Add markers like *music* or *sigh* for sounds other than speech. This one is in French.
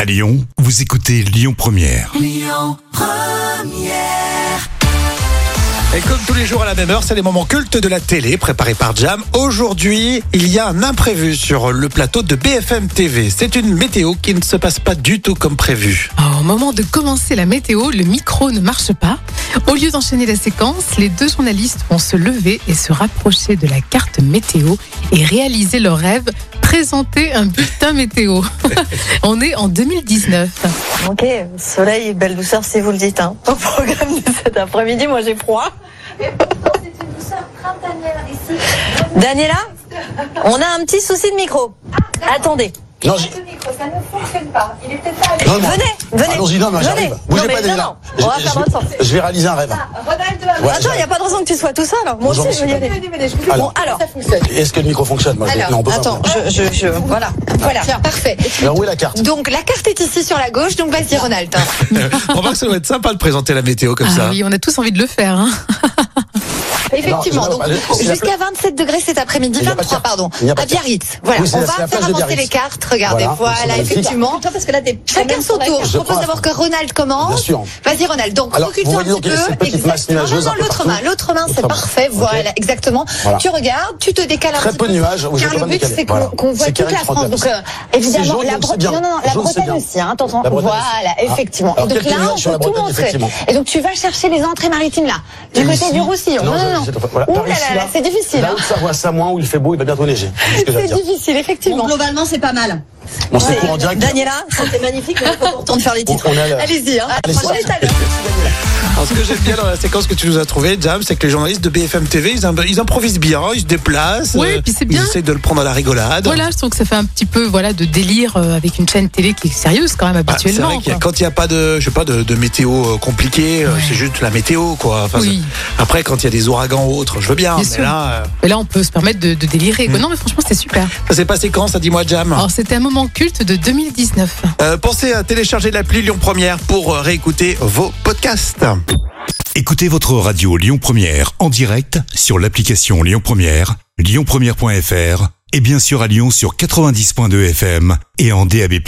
À Lyon, vous écoutez Lyon Première. Et comme tous les jours à la même heure, c'est les moments cultes de la télé préparés par Jam. Aujourd'hui, il y a un imprévu sur le plateau de BFM TV. C'est une météo qui ne se passe pas du tout comme *laughs* prévu. Alors, au moment de commencer la météo, le micro ne marche pas. Au lieu d'enchaîner la séquence, les deux journalistes vont se lever et se rapprocher de la carte météo et réaliser leur rêve, présenter un bulletin météo. *laughs* On est en 2019. Ok, soleil et belle douceur si vous le dites. Hein. Au programme de cet après-midi, moi j'ai froid. C'est une douceur printanière ici. Daniela, on a un petit souci de micro. Attendez, Non, Ce micro, ça ne fonctionne pas. Il est peut-être pas allé. non, non. venez, venez. Allons-y, non, non, venez. j'arrive. Bougez mais pas, Daniela. non, non, on va Je- faire je- notre sens. Je vais réaliser un rêve. Ronald va- Ouais, Attends, il n'y a pas de raison que tu sois tout seul. hein. Moi Bonjour, aussi, je veux y monsieur. aller. Venez, venez, je vous Bon, Alors, alors, est-ce que le micro fonctionne moi, je vais- Non, alors on peut pas. attends, je, je, je, voilà. Voilà, parfait. Alors, où est la carte Donc la carte est ici sur la gauche, donc vas-y Ronald. *laughs* Remarque, ça doit être sympa de présenter la météo comme Ah ça. oui, on a tous envie de le faire. hein. Effectivement, Non, donc allez, c'est la jusqu'à 27 degrés cet après-midi, Il y a pas de 23 carte. pardon, Il y a pas à de carte. Biarritz. Voilà, Oui, c'est on la- va c'est la faire plage de avancer les Biarritz. cartes, regardez, Voilà, voilà, c'est magnifique. effectivement. parce que là, t'es Chacun son tour. Je Je propose prends. d'abord que Ronald Bien commence. sûr. Vas-y Ronald, donc Alors, recule-toi vous un voyez petit donc, il y a cette peu. petite masse Exactement. Non, nuageuse non, un peu l'autre partout. main, l'autre main, c'est L'autre main. parfait, Ok. voilà, exactement. Voilà. Tu regardes, tu te décales un Très petit peu peu. de nuages, oui, je Car peux le pas me but décaler. c'est Voilà. qu'on qu'on voit C'est toute carré, la je crois France. bien. Donc euh, évidemment jaune, la donc c'est bien. Bretagne, non non, la Jaune, c'est Bretagne bien. aussi hein, t'entends. La Bretagne Voilà, aussi. Ah. effectivement. Alors, Donc quelques là, nuages on sur la peut tout Bretagne, montrer. effectivement. Et donc tu vas chercher les entrées maritimes là, du côté du Roussillon. Non non non. c'est- voilà, Ouh par là ici, là là, c'est difficile. Là hein. où ça voit Samoin, où il fait beau, il va bientôt neiger. C'est ce que j'allais C'est dire. difficile, effectivement. globalement, c'est pas mal. On se court en direct. Daniela, c'était magnifique, mais on est content de faire les On titres. on a la- Allez-y. Hein. Allez, c'est parti. Alors, ce que j'aime bien dans la séquence que tu nous as trouvée, Jam, c'est que les journalistes de BFM TV, ils, im- ils improvisent bien, ils se déplacent. Oui, euh, puis c'est Ils bien. essaient de le prendre à la rigolade. Voilà, je trouve que ça fait un petit peu voilà de délire euh, avec une chaîne télé qui est sérieuse quand même Ah, c'est habituellement. vrai qu'il y a- quoi. quand il n'y a pas de, je sais pas, de, de météo euh, compliquée, euh, Ouais. c'est juste la météo, quoi. Enfin, Oui. c'est- Après, quand il y a des ouragans ou autres, je veux bien, Bien mais sûr. là, euh, Mais là, on peut se permettre de, de délirer. Mm. quoi. Non, mais franchement, c'était super. ça s'est passé quand, ça, dis-moi, Jam Alors, c'était un moment culte de 2019. Euh, Pensez à télécharger l'appli Lyon Première pour euh, réécouter vos podcasts. Écoutez votre radio Lyon Première en direct sur l'application Lyon Première, lyonpremière.fr et bien sûr à Lyon sur 90.2 FM et en DAB+.